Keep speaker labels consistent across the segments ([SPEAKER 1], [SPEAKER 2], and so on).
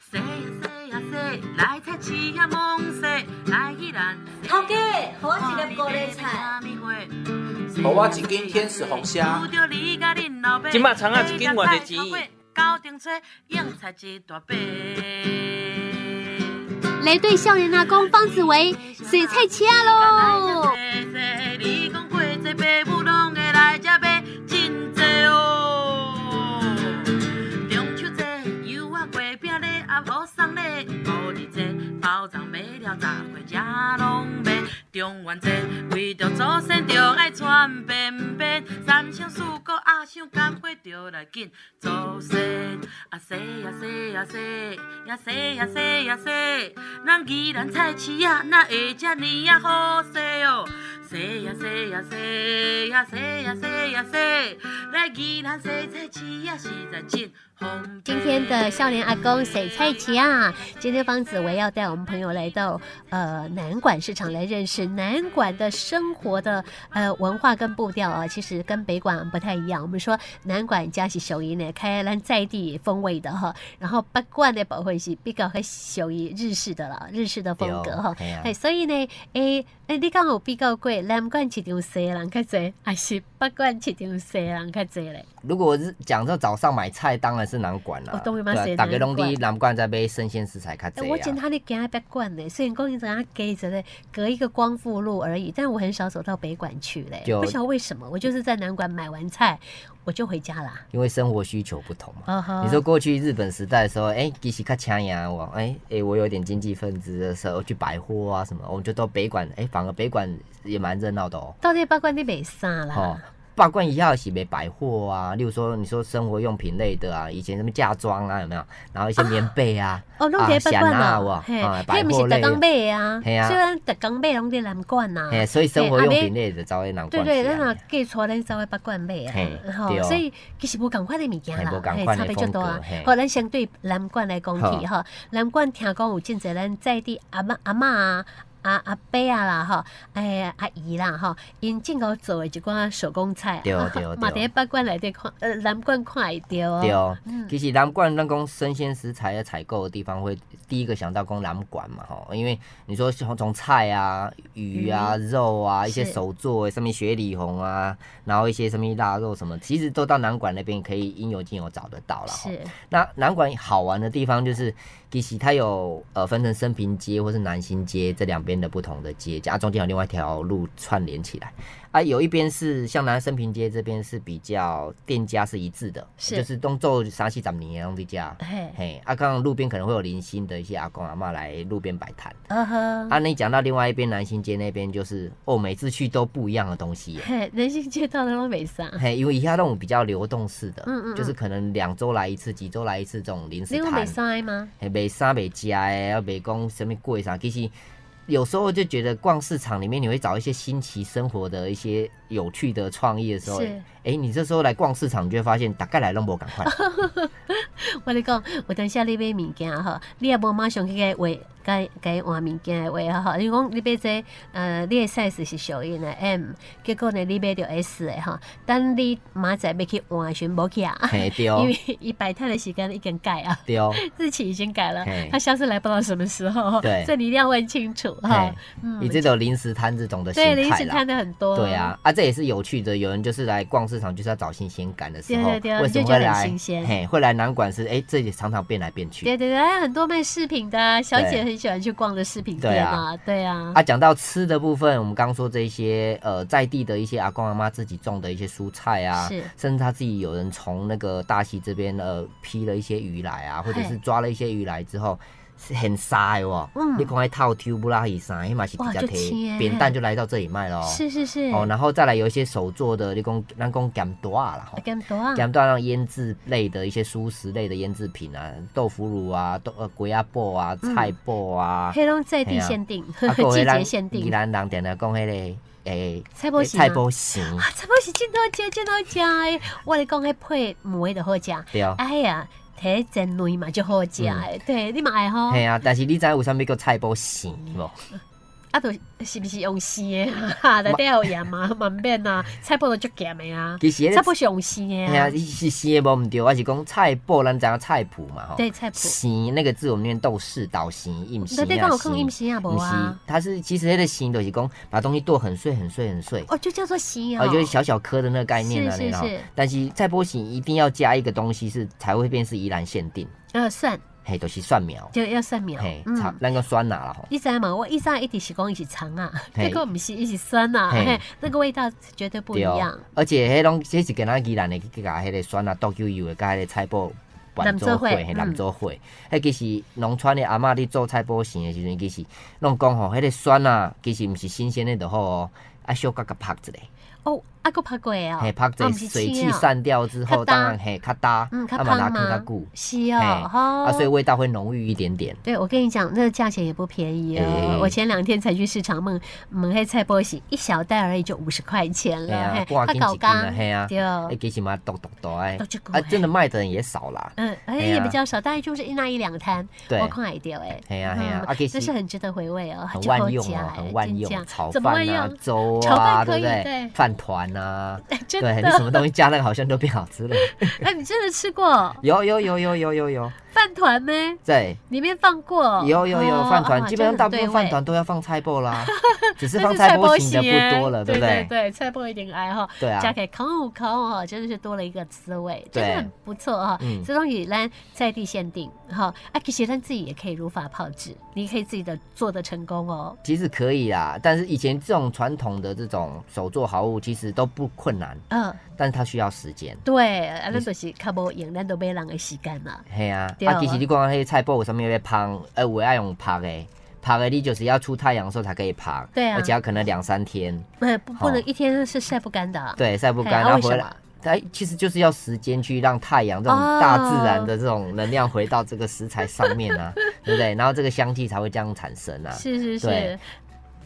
[SPEAKER 1] せいせいやせい来菜鸡呀梦せ来一然
[SPEAKER 2] 头家，互我一粒高丽菜，
[SPEAKER 3] 给我一斤天使红虾，
[SPEAKER 1] 今
[SPEAKER 4] 今麦葱啊一斤偌侪钱
[SPEAKER 1] 高顶吹，硬菜一大杯。
[SPEAKER 5] 来对少年阿公方子维，洗菜车喽！
[SPEAKER 1] 你讲过这爸母拢会来这买真济哦。中秋节油啊月饼咧啊好送咧，五日节包粽买了十月吃拢卖。中元节为着祖先着爱穿便便，三生四果阿想干花着来紧祖先。啊西啊西啊西呀西呀西呀西，咱宜兰菜市啊哪会遮尼啊好势哦？西呀西呀西呀西呀西呀西，咱宜兰西菜市啊实在真方便。
[SPEAKER 5] 今天的少年阿公洗菜奇啊，今天方子维要带我们朋友来到呃南管市场来认识南管的生活的呃文化跟步调啊，其实跟北管不太一样。我们说南管加是属于呢开兰在地风味的哈，然后北管的部分是比较和属于日式的了，日式的风格哈。
[SPEAKER 4] 对啊
[SPEAKER 5] 哎，所以呢，诶、诶，你敢有比较过南管市场西人较侪，还是北管市场西人较侪嘞？
[SPEAKER 4] 如果是讲到早上买菜，当然是南管啦、
[SPEAKER 5] 哦当然嘛
[SPEAKER 4] 对
[SPEAKER 5] 是
[SPEAKER 4] 啊，大家
[SPEAKER 5] 南
[SPEAKER 4] 拢
[SPEAKER 5] 管
[SPEAKER 4] 伫南管在买生鲜食材较
[SPEAKER 5] 哎、我
[SPEAKER 4] 济
[SPEAKER 5] 见
[SPEAKER 4] 啊。
[SPEAKER 5] 他那给他北管呢，虽然公园怎样给着嘞，隔一个光复路而已，但我很少走到北馆去嘞，
[SPEAKER 4] 就
[SPEAKER 5] 不晓得为什么，我就是在南馆买完菜，我就回家啦。
[SPEAKER 4] 因为生活需求不同嘛。
[SPEAKER 5] 啊哈
[SPEAKER 4] 你说过去日本时代的时候，哎、其实较强呀，我哎哎、我有点经济分子的时候去百货啊什么，我们就到北馆，哎、反而北馆也蛮热闹的哦。
[SPEAKER 5] 到底北馆你没啥啦？
[SPEAKER 4] 哦，八冠一号是没百货啊，例如说你说生活用品类的啊，以前什么嫁妆啊有没有？然后一些棉被啊，
[SPEAKER 5] 哦，弄在北馆啦
[SPEAKER 4] 啊有没有，
[SPEAKER 5] 嘿，
[SPEAKER 4] 啊
[SPEAKER 5] 那
[SPEAKER 4] 百
[SPEAKER 5] 不是
[SPEAKER 4] 货
[SPEAKER 5] 特
[SPEAKER 4] 类
[SPEAKER 5] 工
[SPEAKER 4] 的。
[SPEAKER 5] 买的啊，
[SPEAKER 4] 嘿啊
[SPEAKER 5] 虽然特工买拢在南啊馆呐，
[SPEAKER 4] 嘿，所以生活用
[SPEAKER 5] 嘿啊
[SPEAKER 4] 品类的招会难啊
[SPEAKER 5] 对
[SPEAKER 4] 逛。
[SPEAKER 5] 对，咱若计错，咱稍微八罐买啊
[SPEAKER 4] 嘿，
[SPEAKER 5] 然后
[SPEAKER 4] 对哦
[SPEAKER 5] 所以其实无共款的物件啦
[SPEAKER 4] 嘿，无同
[SPEAKER 5] 嘿
[SPEAKER 4] 款
[SPEAKER 5] 差
[SPEAKER 4] 的
[SPEAKER 5] 别足大啊
[SPEAKER 4] 风格嘿。
[SPEAKER 5] 好，咱相对南管来讲起吼，南管听讲有真侪咱在地阿嬷阿嬷啊。阿阿伯啊啦吼，哎阿姨啦吼，因真够做的一寡手工菜啊，
[SPEAKER 4] 对哦对哦
[SPEAKER 5] 嘛
[SPEAKER 4] 对
[SPEAKER 5] 伫
[SPEAKER 4] 哦
[SPEAKER 5] 八馆内底看，呃南馆看会着哦。
[SPEAKER 4] 对哦，
[SPEAKER 5] 嗯
[SPEAKER 4] 其实南管咱讲生鲜食材的采购的地方，会第一个想到讲南管嘛吼，因为你说从从菜啊、鱼啊、肉啊、一些
[SPEAKER 5] 嗯是
[SPEAKER 4] 手做的，上面雪里红啊，然后一些什么腊肉什么，其实都到南管那边可以应有尽有找得到了。吼
[SPEAKER 5] 是，
[SPEAKER 4] 那南管好玩的地方就是，其实它有呃分成升平街或是南新街这两边的不同的街，啊中间有另外一条路串联起来。啊，有一边是像南升平街这边是比较店家是一致的，
[SPEAKER 5] 是哎
[SPEAKER 4] 就是东做啥西咱们年用的家。
[SPEAKER 5] 嘿，
[SPEAKER 4] 嘿，啊，刚刚路边可能会有零星的一些阿公阿妈来路边摆摊。
[SPEAKER 5] 呃呵，
[SPEAKER 4] 啊，你讲到另外一边南新街那边，就是哦，每次去都不一样的东西 耶。
[SPEAKER 5] 嘿，人行街道拢没啥，
[SPEAKER 4] 嘿，因为以下那种比较流动式的，
[SPEAKER 5] 嗯嗯嗯
[SPEAKER 4] 就是可能两周来一次、几周来一次这种零食
[SPEAKER 5] 你有
[SPEAKER 4] 摊
[SPEAKER 5] 没，啥吗？
[SPEAKER 4] 嘿，卖啥卖食的，啊，卖讲什么贵啥，其实有时候就觉得逛市场里面，你会找一些新奇生活的一些有趣的创意的时候，
[SPEAKER 5] 是
[SPEAKER 4] 哎、你这时候来逛市场，你就会发现大概来弄不赶 快，
[SPEAKER 5] 我咧讲，有当时你买物件吼，你也无马上去改换改改换物件的话吼，你讲你买这呃，你的 size 是属于呢 M，结果呢你买着 S 的吼，等你明仔要去换时无去啊，
[SPEAKER 4] 嘿，对哦
[SPEAKER 5] 因，为伊摆摊的时间已经改啊，
[SPEAKER 4] 对哦，
[SPEAKER 5] 日期已经改了
[SPEAKER 4] 嘿，
[SPEAKER 5] 他下次来不知道什么时候，
[SPEAKER 4] 对
[SPEAKER 5] 所以你一定要问清楚哈
[SPEAKER 4] 嘿。，
[SPEAKER 5] 嗯
[SPEAKER 4] 你这种零食摊这种的心
[SPEAKER 5] 对，临
[SPEAKER 4] 态
[SPEAKER 5] 时摊哦
[SPEAKER 4] 啦。
[SPEAKER 5] 的很多，
[SPEAKER 4] 对啊，啊，这也是有趣的。有人就是来逛市场，就是要找新鲜感的时候，
[SPEAKER 5] 对啊对对
[SPEAKER 4] 为什
[SPEAKER 5] 你就
[SPEAKER 4] 么
[SPEAKER 5] 觉
[SPEAKER 4] 会
[SPEAKER 5] 得很
[SPEAKER 4] 来
[SPEAKER 5] 新？鲜
[SPEAKER 4] 嘿，会来南馆是哎，这里常常变来变去。
[SPEAKER 5] 对对对，还有很多卖饰品的啊，小姐
[SPEAKER 4] 对
[SPEAKER 5] 很喜欢去逛的饰品
[SPEAKER 4] 对
[SPEAKER 5] 店
[SPEAKER 4] 啊
[SPEAKER 5] 啊，对啊，
[SPEAKER 4] 啊，讲到吃的部分，我们刚刚说这一些呃在地的一些阿公阿妈自己种的一些蔬菜啊，
[SPEAKER 5] 是
[SPEAKER 4] 甚至他自己有人从那个大溪这边呃批了一些鱼来啊，或者是
[SPEAKER 5] 嘿
[SPEAKER 4] 抓了一些鱼来之后。是很沙的哦，
[SPEAKER 5] 嗯
[SPEAKER 4] 你看那套 t u b 拉以上，那嘛是比
[SPEAKER 5] 哇
[SPEAKER 4] 较
[SPEAKER 5] 就青耶
[SPEAKER 4] 贴，扁担就来到这里卖咯。
[SPEAKER 5] 是是是，
[SPEAKER 4] 哦，然后再来有一些手做的，你讲咱讲咸多啊啦，吼
[SPEAKER 5] 啊，咁多啊，
[SPEAKER 4] 咸多让腌制类的一些蔬食类的腌制品啊，豆腐乳啊，豆呃龟啊脯啊，菜脯啊，
[SPEAKER 5] 黑龙在地限定，
[SPEAKER 4] 啊，还 有
[SPEAKER 5] 季
[SPEAKER 4] 迄咱
[SPEAKER 5] 节限
[SPEAKER 4] 宜
[SPEAKER 5] 定。
[SPEAKER 4] 兰人定定讲迄个诶，
[SPEAKER 5] 菜脯型啊
[SPEAKER 4] 菜脯型
[SPEAKER 5] 啊，菜脯是真好食，真好食的。我咧讲，迄配糜就好食。
[SPEAKER 4] 对哦。嗯
[SPEAKER 5] 哎呀，摕真软嘛就好食的。对，你嘛爱好。
[SPEAKER 4] 嘿啊，但是你知有啥物叫菜脯型无？
[SPEAKER 5] 啊，就是不是用生的， 哈哈，内底有盐嘛，嘛免啊， 菜脯都足咸的啊，
[SPEAKER 4] 其实那个
[SPEAKER 5] 菜脯是用生的
[SPEAKER 4] 哎呀，
[SPEAKER 5] 啊，
[SPEAKER 4] 你是生的无毋对，我是讲菜脯，咱知影菜谱嘛吼。
[SPEAKER 5] 对，菜脯，
[SPEAKER 4] 生那个字我们念豆豉、倒生、硬生
[SPEAKER 5] 内底敢有放阴
[SPEAKER 4] 生。
[SPEAKER 5] 生啊无
[SPEAKER 4] 不是
[SPEAKER 5] 啊？，
[SPEAKER 4] 它是其实那个生就是讲把东西剁很碎、很碎、很碎，
[SPEAKER 5] 哦，就叫做生
[SPEAKER 4] 啊，
[SPEAKER 5] 哦，
[SPEAKER 4] 就是小小颗的那个概念啊，
[SPEAKER 5] 是是
[SPEAKER 4] 你知道
[SPEAKER 5] 是
[SPEAKER 4] 但是菜脯型一定要加一个东西是才会变是宜兰限定，
[SPEAKER 5] 呃蒜，
[SPEAKER 4] 嘿，就是蒜苗，
[SPEAKER 5] 就要蒜苗
[SPEAKER 4] 嘿，，炒
[SPEAKER 5] 嗯。
[SPEAKER 4] 那个酸拿了吼。
[SPEAKER 5] 你知道吗？我以前一直是讲伊是葱啊，
[SPEAKER 4] 嘿
[SPEAKER 5] 结果不是伊是酸啊，
[SPEAKER 4] 嘿
[SPEAKER 5] 嘿，那个味道绝对不一
[SPEAKER 4] 对哦
[SPEAKER 5] 样。，
[SPEAKER 4] 而且迄拢这是跟咱宜兰的去甲迄个酸啊、豆豉油的甲迄个菜脯拌做伙，
[SPEAKER 5] 南做伙
[SPEAKER 4] 嘿南做伙。迄其实农村的阿嬷咧做菜脯生的时阵，其实拢讲吼，迄个酸啊，其实毋是新鲜的就好哦，啊小甲甲拍一下，
[SPEAKER 5] 哦，啊，佫拍过哦，
[SPEAKER 4] 嘿拍
[SPEAKER 5] 啊
[SPEAKER 4] 一
[SPEAKER 5] 不
[SPEAKER 4] 下
[SPEAKER 5] 是
[SPEAKER 4] 水
[SPEAKER 5] 青
[SPEAKER 4] 气
[SPEAKER 5] 哦
[SPEAKER 4] 散掉之
[SPEAKER 5] 较
[SPEAKER 4] 后，
[SPEAKER 5] 干
[SPEAKER 4] 当然嘿较搭，
[SPEAKER 5] 嗯，较
[SPEAKER 4] 啊嘛拉
[SPEAKER 5] 胖
[SPEAKER 4] 更较
[SPEAKER 5] 吗
[SPEAKER 4] 久，？
[SPEAKER 5] 是
[SPEAKER 4] 嘿
[SPEAKER 5] 哦，哈
[SPEAKER 4] 啊所以味道会浓郁一点点。
[SPEAKER 5] 对，我跟你讲，那个价钱也不便宜哦。
[SPEAKER 4] 哎
[SPEAKER 5] 我前两天才去市场问，问黑菜波喜一小袋而已，就五十块钱
[SPEAKER 4] 嘿
[SPEAKER 5] 了
[SPEAKER 4] 啊，，
[SPEAKER 5] 嘿
[SPEAKER 4] 半斤一斤啊，嘿啊，哎
[SPEAKER 5] 对，哦
[SPEAKER 4] 其实嘛，毒毒毒哎
[SPEAKER 5] 都很，贵
[SPEAKER 4] 啊真的卖的人也少啦，
[SPEAKER 5] 嗯，哎
[SPEAKER 4] 嘿啊
[SPEAKER 5] 也比较少，大概就是一那一两摊，
[SPEAKER 4] 对
[SPEAKER 5] 我看也掉哎。
[SPEAKER 4] 嘿啊嘿啊
[SPEAKER 5] 嗯
[SPEAKER 4] 啊其实
[SPEAKER 5] 这是很值得回味哦，
[SPEAKER 4] 很
[SPEAKER 5] 就好
[SPEAKER 4] 万用
[SPEAKER 5] 吃
[SPEAKER 4] 哦
[SPEAKER 5] 哎，
[SPEAKER 4] 很万
[SPEAKER 5] 真
[SPEAKER 4] 用，
[SPEAKER 5] 的
[SPEAKER 4] 炒
[SPEAKER 5] 怎么
[SPEAKER 4] 饭
[SPEAKER 5] 万
[SPEAKER 4] 啊
[SPEAKER 5] 用？、
[SPEAKER 4] 粥
[SPEAKER 5] 炒饭
[SPEAKER 4] 啊，
[SPEAKER 5] 可
[SPEAKER 4] 对
[SPEAKER 5] 以
[SPEAKER 4] 不对
[SPEAKER 5] 对？
[SPEAKER 4] 饭团啊，
[SPEAKER 5] 哎真
[SPEAKER 4] 对
[SPEAKER 5] 的，
[SPEAKER 4] 你什么东西加那个好像都变好吃了。
[SPEAKER 5] 哎，你真的吃过
[SPEAKER 4] 有有有有有有有，
[SPEAKER 5] 饭团呢？
[SPEAKER 4] 对，
[SPEAKER 5] 里面放过
[SPEAKER 4] 有有有饭团，基本上大部分饭。
[SPEAKER 5] 哦哦哇真的很对味
[SPEAKER 4] 团都要放菜脯啦， 只是
[SPEAKER 5] 但
[SPEAKER 4] 放
[SPEAKER 5] 是
[SPEAKER 4] 菜
[SPEAKER 5] 菜
[SPEAKER 4] 脯
[SPEAKER 5] 脯
[SPEAKER 4] 型的
[SPEAKER 5] 耶
[SPEAKER 4] 不多了，对
[SPEAKER 5] 对
[SPEAKER 4] 不对？
[SPEAKER 5] 对，菜脯有点矮哈。
[SPEAKER 4] 对
[SPEAKER 5] 加
[SPEAKER 4] 啊，
[SPEAKER 5] 起来烤五烤哦，真的是多了一个滋味，真的
[SPEAKER 4] 对
[SPEAKER 5] 很不错哈、
[SPEAKER 4] 嗯
[SPEAKER 5] 这东西咱在地限定哈、啊，其实咱自己也可以如法炮制，你可以自己的做的成功哦。
[SPEAKER 4] 其实可以啦，但是以前这种传统的这种手做好物其实都不困难，
[SPEAKER 5] 嗯，
[SPEAKER 4] 但是它需要时间。
[SPEAKER 5] 对，啊，咱就是较无用，咱都买人的时间啦。
[SPEAKER 4] 嘿啊，
[SPEAKER 5] 对
[SPEAKER 4] 啊，其实你讲迄个菜脯有啥物咧芳，呃，有爱用拍的，拍的你就是要出太阳的时候才可以拍，
[SPEAKER 5] 对啊
[SPEAKER 4] 而且要可能两三天，
[SPEAKER 5] 呃，不不能
[SPEAKER 4] 好
[SPEAKER 5] 一天是晒不干的啊。
[SPEAKER 4] 对，晒不
[SPEAKER 5] 嘿
[SPEAKER 4] 干，
[SPEAKER 5] 啊
[SPEAKER 4] 然
[SPEAKER 5] 为
[SPEAKER 4] 后
[SPEAKER 5] 什
[SPEAKER 4] 回
[SPEAKER 5] 么
[SPEAKER 4] 来。它其实就是要时间去让太阳这种
[SPEAKER 5] 哦
[SPEAKER 4] 大自然的这种能量回到这个食材上面 啊，对不对？然后这个香气才会这样产生啊。
[SPEAKER 5] 是是是
[SPEAKER 4] 对。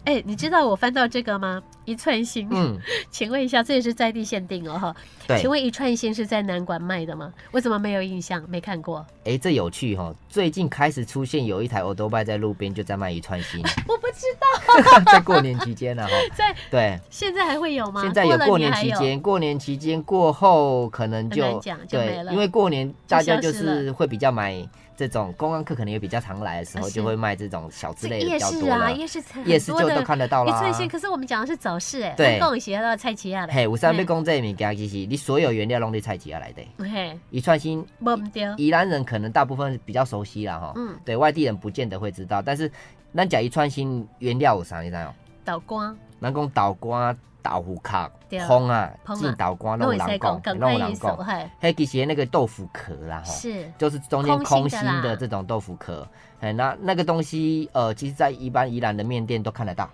[SPEAKER 5] 哎、你知道我翻到这个吗？一串心，
[SPEAKER 4] 嗯，
[SPEAKER 5] 请问一下，这也是在地限定哦哈。
[SPEAKER 4] 对
[SPEAKER 5] 请。问一串心是在南馆卖的吗？我怎么没有印象，没看过？
[SPEAKER 4] 哎，这有趣哈、哦，最近开始出现有一台欧多拜在路边就在卖一 串心，
[SPEAKER 5] 我不知道，
[SPEAKER 4] 在过年期间呢、啊、哈、
[SPEAKER 5] 在
[SPEAKER 4] 对，
[SPEAKER 5] 现在还会有吗？
[SPEAKER 4] 现在有
[SPEAKER 5] 了
[SPEAKER 4] 过
[SPEAKER 5] 年
[SPEAKER 4] 年
[SPEAKER 5] 还
[SPEAKER 4] 期
[SPEAKER 5] 有
[SPEAKER 4] 间，过年期间过后可能
[SPEAKER 5] 很
[SPEAKER 4] 就
[SPEAKER 5] 难讲就没
[SPEAKER 4] 对
[SPEAKER 5] 了，
[SPEAKER 4] 因为过年大家
[SPEAKER 5] 消
[SPEAKER 4] 就
[SPEAKER 5] 失
[SPEAKER 4] 是
[SPEAKER 5] 了
[SPEAKER 4] 会比较买这种公安客，可能也比较常来的时
[SPEAKER 5] 啊
[SPEAKER 4] 候，
[SPEAKER 5] 是
[SPEAKER 4] 就会卖这种小吃
[SPEAKER 5] 这
[SPEAKER 4] 类的
[SPEAKER 5] 夜
[SPEAKER 4] 比较
[SPEAKER 5] 市
[SPEAKER 4] 多
[SPEAKER 5] 啊，
[SPEAKER 4] 了。
[SPEAKER 5] 夜市菜
[SPEAKER 4] 夜市就都看得到
[SPEAKER 5] 一
[SPEAKER 4] 啦
[SPEAKER 5] 串。线，可是我们讲的是早市哎、欸，
[SPEAKER 4] 对
[SPEAKER 5] 共学到菜奇啊亚的，
[SPEAKER 4] 嘿，有三杯公这物件，其实你所有原料拢在菜市啊来的。
[SPEAKER 5] 嘿，嘿，
[SPEAKER 4] 一串心，
[SPEAKER 5] 摸不掉，
[SPEAKER 4] 宜兰人可能大部分比较熟悉啦哈，
[SPEAKER 5] 嗯，
[SPEAKER 4] 对外地人不见得会知道，但是咱讲一串心原料有啥你知道吗？
[SPEAKER 5] 倒光，
[SPEAKER 4] 咱讲豆干、豆腐壳、
[SPEAKER 5] 对
[SPEAKER 4] 烘啊
[SPEAKER 5] 烘啊、
[SPEAKER 4] 进豆干
[SPEAKER 5] 那
[SPEAKER 4] 拢
[SPEAKER 5] 我
[SPEAKER 4] 有
[SPEAKER 5] 再
[SPEAKER 4] 人
[SPEAKER 5] 讲，
[SPEAKER 4] 讲，
[SPEAKER 5] 赶
[SPEAKER 4] 拢
[SPEAKER 5] 快
[SPEAKER 4] 有人
[SPEAKER 5] 一手
[SPEAKER 4] 讲。
[SPEAKER 5] 嘿，
[SPEAKER 4] 嘿，其实那个豆腐壳啦，吼，
[SPEAKER 5] 是
[SPEAKER 4] 就是中间空
[SPEAKER 5] 空
[SPEAKER 4] 心
[SPEAKER 5] 心的啦
[SPEAKER 4] 的这种豆腐壳。哎，那那个东西，呃，其实在一般宜兰的面店都看得到。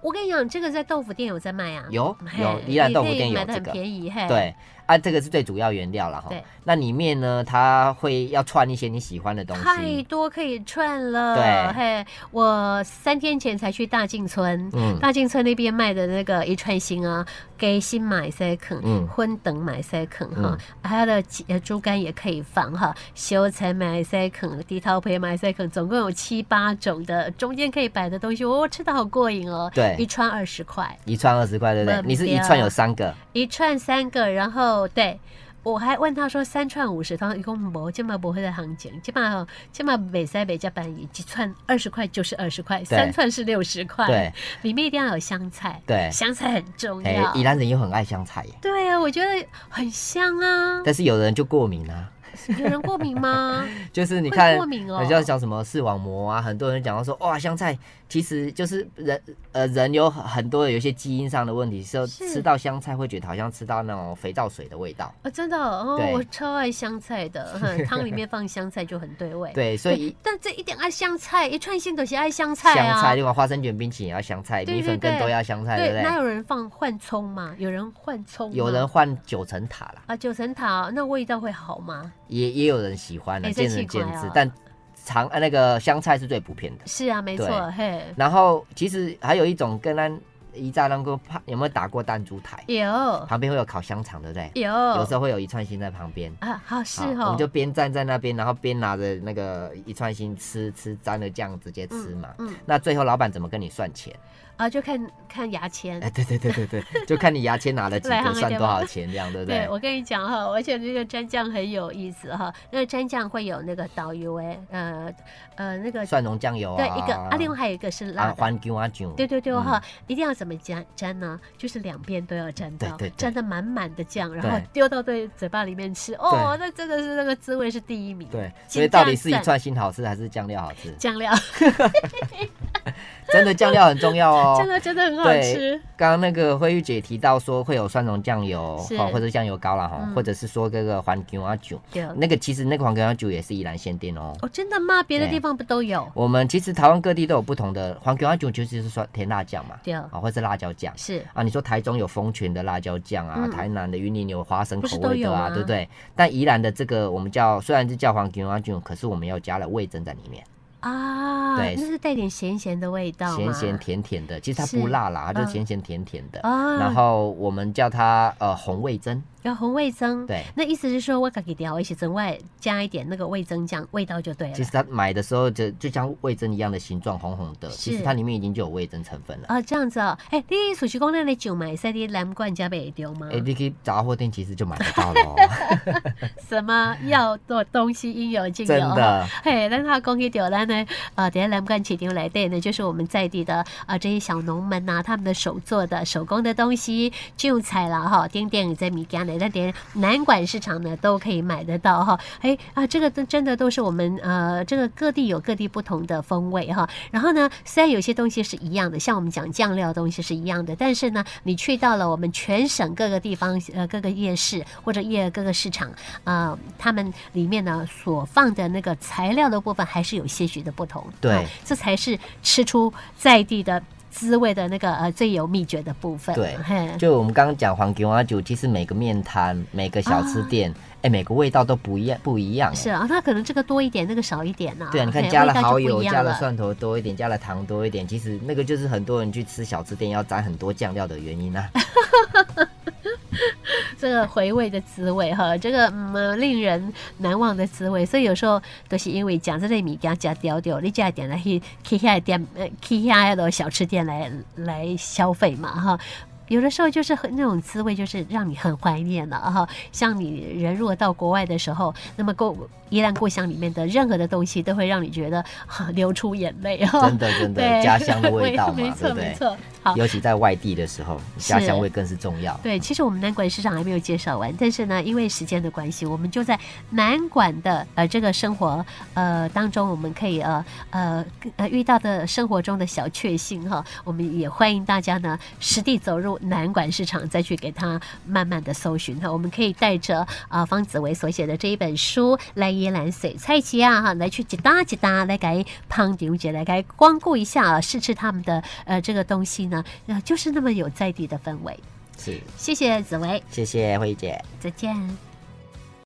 [SPEAKER 5] 我跟你讲，这个在豆腐店有在卖啊，
[SPEAKER 4] 有
[SPEAKER 5] 嘿
[SPEAKER 4] 有宜兰豆腐店
[SPEAKER 5] 你可以
[SPEAKER 4] 有
[SPEAKER 5] 买的很
[SPEAKER 4] 这个
[SPEAKER 5] 便宜嘿，，
[SPEAKER 4] 对，啊，这个是最主要原料了哈
[SPEAKER 5] 哎对。
[SPEAKER 4] 那里面呢，它会要串一些你喜欢的东
[SPEAKER 5] 太
[SPEAKER 4] 西。
[SPEAKER 5] 多可以串了，
[SPEAKER 4] 对
[SPEAKER 5] 嘿，我三天前才去大静村，
[SPEAKER 4] 嗯，
[SPEAKER 5] 大静村那边卖的那个一串心啊，给心买塞肯，
[SPEAKER 4] 嗯
[SPEAKER 5] 荤等买塞肯哈
[SPEAKER 4] 嗯，
[SPEAKER 5] 它的鸡呃猪肝也可以放哈，修菜买塞肯，低头培买塞肯，总共有七八种的，中间可以摆的东西，哦，吃的好过瘾哦。
[SPEAKER 4] 对
[SPEAKER 5] 一串二十块，
[SPEAKER 4] 一串二十块，对不对？
[SPEAKER 5] 嗯
[SPEAKER 4] 你是一
[SPEAKER 5] 对啊
[SPEAKER 4] 串有三个，
[SPEAKER 5] 一串三个，然后对。我还问他说三串五十，他说一共无，这么不会的行情，这么这么北塞北加板一几串二十块就是二十块，三串是六十块，
[SPEAKER 4] 对，
[SPEAKER 5] 里面一定要有香菜，
[SPEAKER 4] 对
[SPEAKER 5] 香菜很重
[SPEAKER 4] 哎
[SPEAKER 5] 要，。
[SPEAKER 4] 宜兰人又很爱香菜耶，
[SPEAKER 5] 对啊，我觉得很香啊。
[SPEAKER 4] 但是有的人就过敏啊。
[SPEAKER 5] 有人过敏 吗？
[SPEAKER 4] 就是你看，
[SPEAKER 5] 会过敏哦
[SPEAKER 4] 人家讲什么视网膜啊，很多人讲到说，哇，香菜其实就是人呃人有很多有一些基因上的问题，说
[SPEAKER 5] 是
[SPEAKER 4] 吃到香菜会觉得好像吃到那种肥皂水的味道。
[SPEAKER 5] 哦，真的哦，
[SPEAKER 4] 对
[SPEAKER 5] 我超爱香菜 的，哼汤里面放香菜就很对味。
[SPEAKER 4] 对，所以
[SPEAKER 5] 但这一点爱香菜，一串心都是爱香菜啊。
[SPEAKER 4] 香菜，另外花生卷冰淇淋也要香菜，
[SPEAKER 5] 对
[SPEAKER 4] 米粉
[SPEAKER 5] 对
[SPEAKER 4] 羹
[SPEAKER 5] 对
[SPEAKER 4] 都要香菜，对
[SPEAKER 5] 对，哪
[SPEAKER 4] 不
[SPEAKER 5] 有人放换葱吗？有人换葱吗？
[SPEAKER 4] 对？有人换九层塔啦，
[SPEAKER 5] 啊，九层塔那味道会好吗？
[SPEAKER 4] 也也有人喜欢啦，
[SPEAKER 5] 哎这
[SPEAKER 4] 见仁
[SPEAKER 5] 奇怪
[SPEAKER 4] 见
[SPEAKER 5] 啊
[SPEAKER 4] 智。但常呃那个香菜是最普遍的。
[SPEAKER 5] 是啊，没
[SPEAKER 4] 对
[SPEAKER 5] 错，嘿，
[SPEAKER 4] 然后其实还有一种跟咱一炸当过怕有没有打过弹珠台？
[SPEAKER 5] 有
[SPEAKER 4] 旁边会有烤香肠，对不对？
[SPEAKER 5] 有，
[SPEAKER 4] 有时
[SPEAKER 5] 候
[SPEAKER 4] 候会有一串心在旁边。
[SPEAKER 5] 啊，好嗯是
[SPEAKER 4] 好我
[SPEAKER 5] 哦
[SPEAKER 4] 们，就边站在那边，然后边拿着那个一串心吃吃沾了酱直接吃嘛。
[SPEAKER 5] 嗯嗯
[SPEAKER 4] 那最后老板怎么跟你算钱？
[SPEAKER 5] 啊，就看看牙签
[SPEAKER 4] 哎，。对对对对对，就看你牙签拿了几
[SPEAKER 5] 嗯来行
[SPEAKER 4] 个，
[SPEAKER 5] 了
[SPEAKER 4] 算
[SPEAKER 5] 对
[SPEAKER 4] 多
[SPEAKER 5] 吧
[SPEAKER 4] 少钱这样，对不
[SPEAKER 5] 对
[SPEAKER 4] 对？
[SPEAKER 5] 我跟你讲哈，而且那个蘸酱很有意思哈，那个蘸酱会有那个导游哎，呃呃那个
[SPEAKER 4] 蒜蓉酱油啊，
[SPEAKER 5] 对一个啊，另外还有一个是辣
[SPEAKER 4] 啊
[SPEAKER 5] 的。
[SPEAKER 4] 番姜啊酱，
[SPEAKER 5] 对对对
[SPEAKER 4] 嗯
[SPEAKER 5] 哈、一定要怎么沾沾呢？就是两边都要沾到，
[SPEAKER 4] 对对对
[SPEAKER 5] 沾的满满的酱，然后
[SPEAKER 4] 对
[SPEAKER 5] 丢到对嘴巴里面吃。哦，那真的是那个滋味是第一名。
[SPEAKER 4] 对，
[SPEAKER 5] 金
[SPEAKER 4] 所以到
[SPEAKER 5] 酱
[SPEAKER 4] 底是一
[SPEAKER 5] 赞
[SPEAKER 4] 串心好吃还是酱料好 吃？
[SPEAKER 5] 酱料，
[SPEAKER 4] 真的酱料很重要哦。
[SPEAKER 5] 酱料 真的很好
[SPEAKER 4] 对
[SPEAKER 5] 吃。，
[SPEAKER 4] 刚刚那个慧玉姐提到说会有蒜蓉酱油
[SPEAKER 5] 是
[SPEAKER 4] 哦，或者酱油膏啦哈，
[SPEAKER 5] 嗯
[SPEAKER 4] 或者是说这个黄姜啊酒，
[SPEAKER 5] 对
[SPEAKER 4] 那个其实那个黄姜啊酒也是宜兰限定哦。
[SPEAKER 5] 哦，真的吗？别的
[SPEAKER 4] 对
[SPEAKER 5] 地方不都有？
[SPEAKER 4] 我们其实台湾各地都有不同的黄姜啊酒，其实就是说甜辣酱嘛，
[SPEAKER 5] 对
[SPEAKER 4] 啊、或是辣椒酱。
[SPEAKER 5] 是
[SPEAKER 4] 啊，你说台中有丰泉的辣椒酱啊，
[SPEAKER 5] 嗯
[SPEAKER 4] 台南的云林有花生
[SPEAKER 5] 不是
[SPEAKER 4] 口
[SPEAKER 5] 都
[SPEAKER 4] 味
[SPEAKER 5] 有
[SPEAKER 4] 的啊，
[SPEAKER 5] 吗
[SPEAKER 4] 对不对？但宜兰的这个我们叫虽然是叫黄姜啊酒，可是我们要加了味增在里面。
[SPEAKER 5] 啊，
[SPEAKER 4] 哦对
[SPEAKER 5] 那是带点咸咸的味道嘛
[SPEAKER 4] 咸咸甜甜的，其实它
[SPEAKER 5] 是
[SPEAKER 4] 不辣啦，它
[SPEAKER 5] 嗯
[SPEAKER 4] 就是咸咸甜甜的。
[SPEAKER 5] 啊，
[SPEAKER 4] 然后我们叫它呃红味增，
[SPEAKER 5] 然后红味增。
[SPEAKER 4] 对。
[SPEAKER 5] 那意思是说，我自己调，一起增外加一点那个味增酱，味道就对了
[SPEAKER 4] 其。实它买的时候就就像味增一样的形状，红红的。
[SPEAKER 5] 是
[SPEAKER 4] 其实它里面已经就有味增成分了。
[SPEAKER 5] 啊，这样子哦，哎、你属实讲，咱的酒买在你南管加北丢吗？
[SPEAKER 4] 哎、你可以杂货店其实就买得到了 哦，
[SPEAKER 5] 什 么要做东西应有尽有
[SPEAKER 4] 真。的。
[SPEAKER 5] 嘿，那他讲起到咱呢，呃，等下南管起场来对呢，就是我们在地的呃这些小农们呐、他们的手做的手工的东西、就菜啦哈，丁丁在米家呢，那点南管市场呢都可以买得到哈。哎啊，这个都真的都是我们呃这个各地有各地不同的风味哈。然后呢，虽然有些东西是一样的，像我们讲酱料的东西是一样的，但是呢，你去到了我们全省各个地方，呃，各个夜市或者夜各个市场，呃，他们里面呢所放的那个材料的部分还是有些许的不同。
[SPEAKER 4] 对
[SPEAKER 5] 啊这才是吃出在地的滋味的那个呃最有秘诀的部分。
[SPEAKER 4] 对
[SPEAKER 5] 嘿
[SPEAKER 4] 就我们刚刚讲黄牛蛙酒，其实每个面摊、每个小吃店，哎、每个味道都不一样，不一样。
[SPEAKER 5] 啊是啊，它可能这个多一点，那个少一点呢、
[SPEAKER 4] 对啊，你看
[SPEAKER 5] 嘿
[SPEAKER 4] 加了
[SPEAKER 5] 味道就
[SPEAKER 4] 蚝
[SPEAKER 5] 不一
[SPEAKER 4] 油、
[SPEAKER 5] 样
[SPEAKER 4] 加了蒜头多一点，加了糖多一点，其实那个就是很多人去吃小吃店要沾很多酱料的原因 啊。
[SPEAKER 5] 这个回味的滋味哈，这个嗯呃令人难忘的滋味。所以有时候都是因为讲这类米羹加调调，你加点来去去下店呃去下的小吃店来来消费嘛哈。有的时候就是很那种滋味，就是让你很怀念了哈。像你人如果到国外的时候，那么故依然故乡里面的任何的东西，都会让你觉得、啊、流出眼泪哈。
[SPEAKER 4] 真的真的，
[SPEAKER 5] 对，
[SPEAKER 4] 家乡的 味道
[SPEAKER 5] 没
[SPEAKER 4] 嘛，
[SPEAKER 5] 错
[SPEAKER 4] 对不
[SPEAKER 5] 没
[SPEAKER 4] 对？
[SPEAKER 5] 错。好，
[SPEAKER 4] 尤其在外地的时候，
[SPEAKER 5] 是
[SPEAKER 4] 家乡味更是重要。
[SPEAKER 5] 对，其实我们南管市场还没有介绍完，但是呢，因为时间的关系，我们就在南管的呃这个生活呃当中，我们可以呃呃呃遇到的生活中的小确幸哈，我们也欢迎大家呢实地走入南管市场，再去给它慢慢的搜寻哈。我们可以带着啊、呃方子维所写的这一本书来宜兰水菜市啊哈，来去一搭一搭来给胖牛姐来给光顾一下啊，试吃他们的呃这个东西呢，呃就是那么有在地的氛围。
[SPEAKER 4] 是，
[SPEAKER 5] 谢谢紫薇，
[SPEAKER 4] 谢谢慧姐。
[SPEAKER 5] 再见。